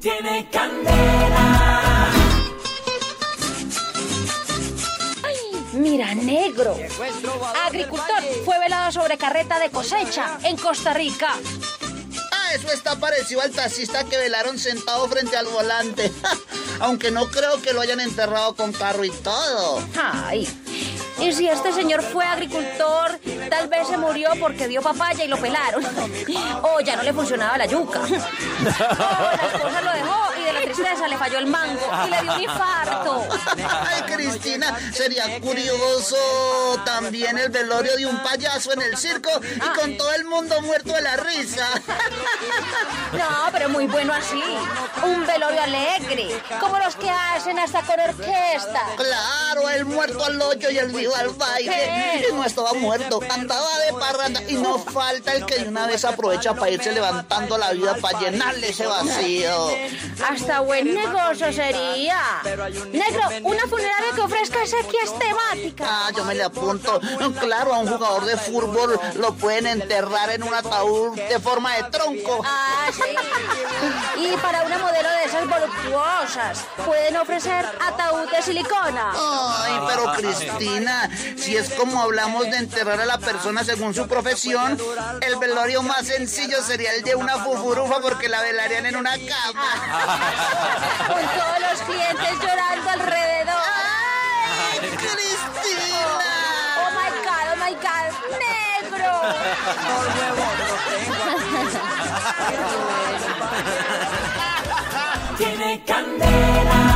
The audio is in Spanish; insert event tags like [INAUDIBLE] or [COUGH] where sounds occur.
tiene candela. Mira, negro. Agricultor fue velado sobre carreta de cosecha en Costa Rica. Ah, eso está parecido al taxista que velaron sentado frente al volante. [LAUGHS] Aunque no creo que lo hayan enterrado con carro y todo. [LAUGHS] Ay. Y si este señor fue agricultor, tal vez se murió porque vio papaya y lo pelaron. O ya no le funcionaba la yuca. O la esposa lo dejó y de la tristeza le falló el mango y le dio un infarto. Ay, Cristina, sería curioso también el velorio de un payaso en el circo y con todo el mundo muerto de la risa. [LAUGHS] No, pero muy bueno así. Un velorio alegre, como los que hacen hasta con orquesta. Claro, el muerto al hoyo y el vivo al baile. Pero- Y no estaba muerto, andaba de parranda. Y no falta el que de una vez aprovecha para irse levantando la vida para llenarle ese vacío. Hasta buen negocio sería. Negro, una funeraria que ofrezca sequias temáticas. Ah, yo me le apunto. Claro, a un jugador de fútbol lo pueden enterrar en un ataúd de forma de tronco. Ah, sí. Y para una modelo de esas voluptuosas, pueden ofrecer ataúd de silicona. Ay, pero Cristina, si es como hablamos de enterrar a la persona según su profesión, el velorio más sencillo sería el de una fufurufa porque la velarían en una cama. Con todos los clientes llorando alrededor. ¡Ay, Oh Cristina! my god, oh my god, negro. Tiene candela.